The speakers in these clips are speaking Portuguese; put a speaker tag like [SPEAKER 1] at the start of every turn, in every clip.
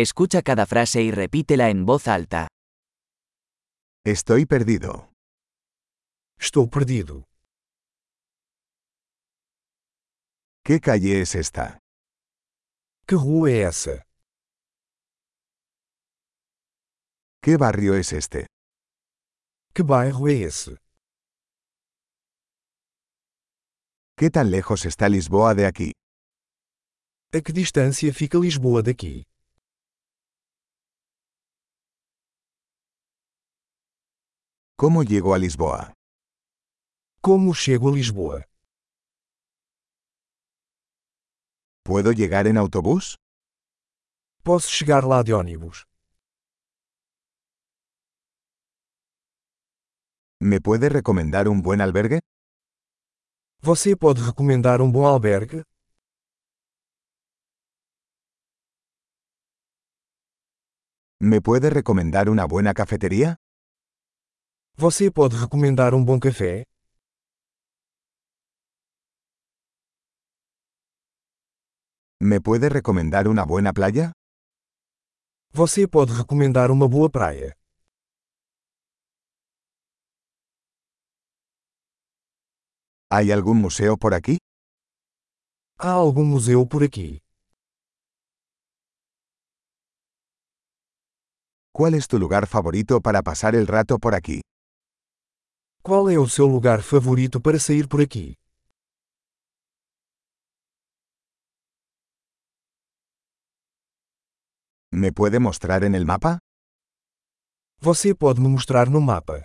[SPEAKER 1] Escucha cada frase y repítela en voz alta.
[SPEAKER 2] Estoy perdido.
[SPEAKER 3] Estou perdido.
[SPEAKER 2] ¿Qué calle es esta?
[SPEAKER 3] Que rua é essa?
[SPEAKER 2] ¿Qué barrio es este?
[SPEAKER 3] Que bairro é esse?
[SPEAKER 2] ¿Qué tan lejos está Lisboa de aquí?
[SPEAKER 3] A que distância fica Lisboa daqui?
[SPEAKER 2] ¿Cómo llego a Lisboa?
[SPEAKER 3] Como chego a Lisboa?
[SPEAKER 2] ¿Puedo llegar en autobús?
[SPEAKER 3] Posso chegar lá de ônibus?
[SPEAKER 2] ¿Me puede recomendar un buen albergue?
[SPEAKER 3] Você pode recomendar um bom albergue?
[SPEAKER 2] ¿Me puede recomendar una buena cafetería?
[SPEAKER 3] Você pode recomendar um bom café?
[SPEAKER 2] ¿Me puede recomendar una buena playa?
[SPEAKER 3] Você pode recomendar uma boa praia?
[SPEAKER 2] ¿Hay algún museo por aquí?
[SPEAKER 3] Há algum museu por aqui?
[SPEAKER 2] ¿Cuál es tu lugar favorito para pasar el rato por aquí?
[SPEAKER 3] Qual é o seu lugar favorito para sair por aqui?
[SPEAKER 2] ¿Me puede mostrar en el mapa?
[SPEAKER 3] Você pode me mostrar no mapa.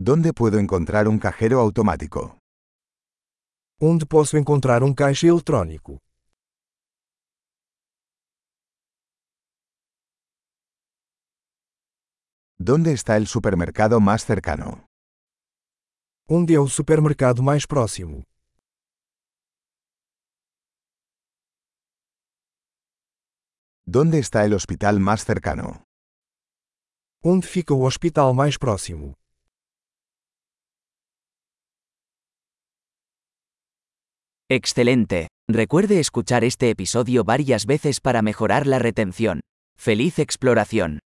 [SPEAKER 2] ¿Dónde puedo encontrar un cajero automático?
[SPEAKER 3] Onde posso encontrar um caixa eletrônico?
[SPEAKER 2] ¿Dónde está el supermercado más cercano?
[SPEAKER 3] Onde é o supermercado mais próximo?
[SPEAKER 2] ¿Dónde está el hospital más cercano?
[SPEAKER 3] Onde fica o hospital mais próximo?
[SPEAKER 1] Excelente. Recuerde escuchar este episodio varias veces para mejorar la retención. ¡Feliz exploración!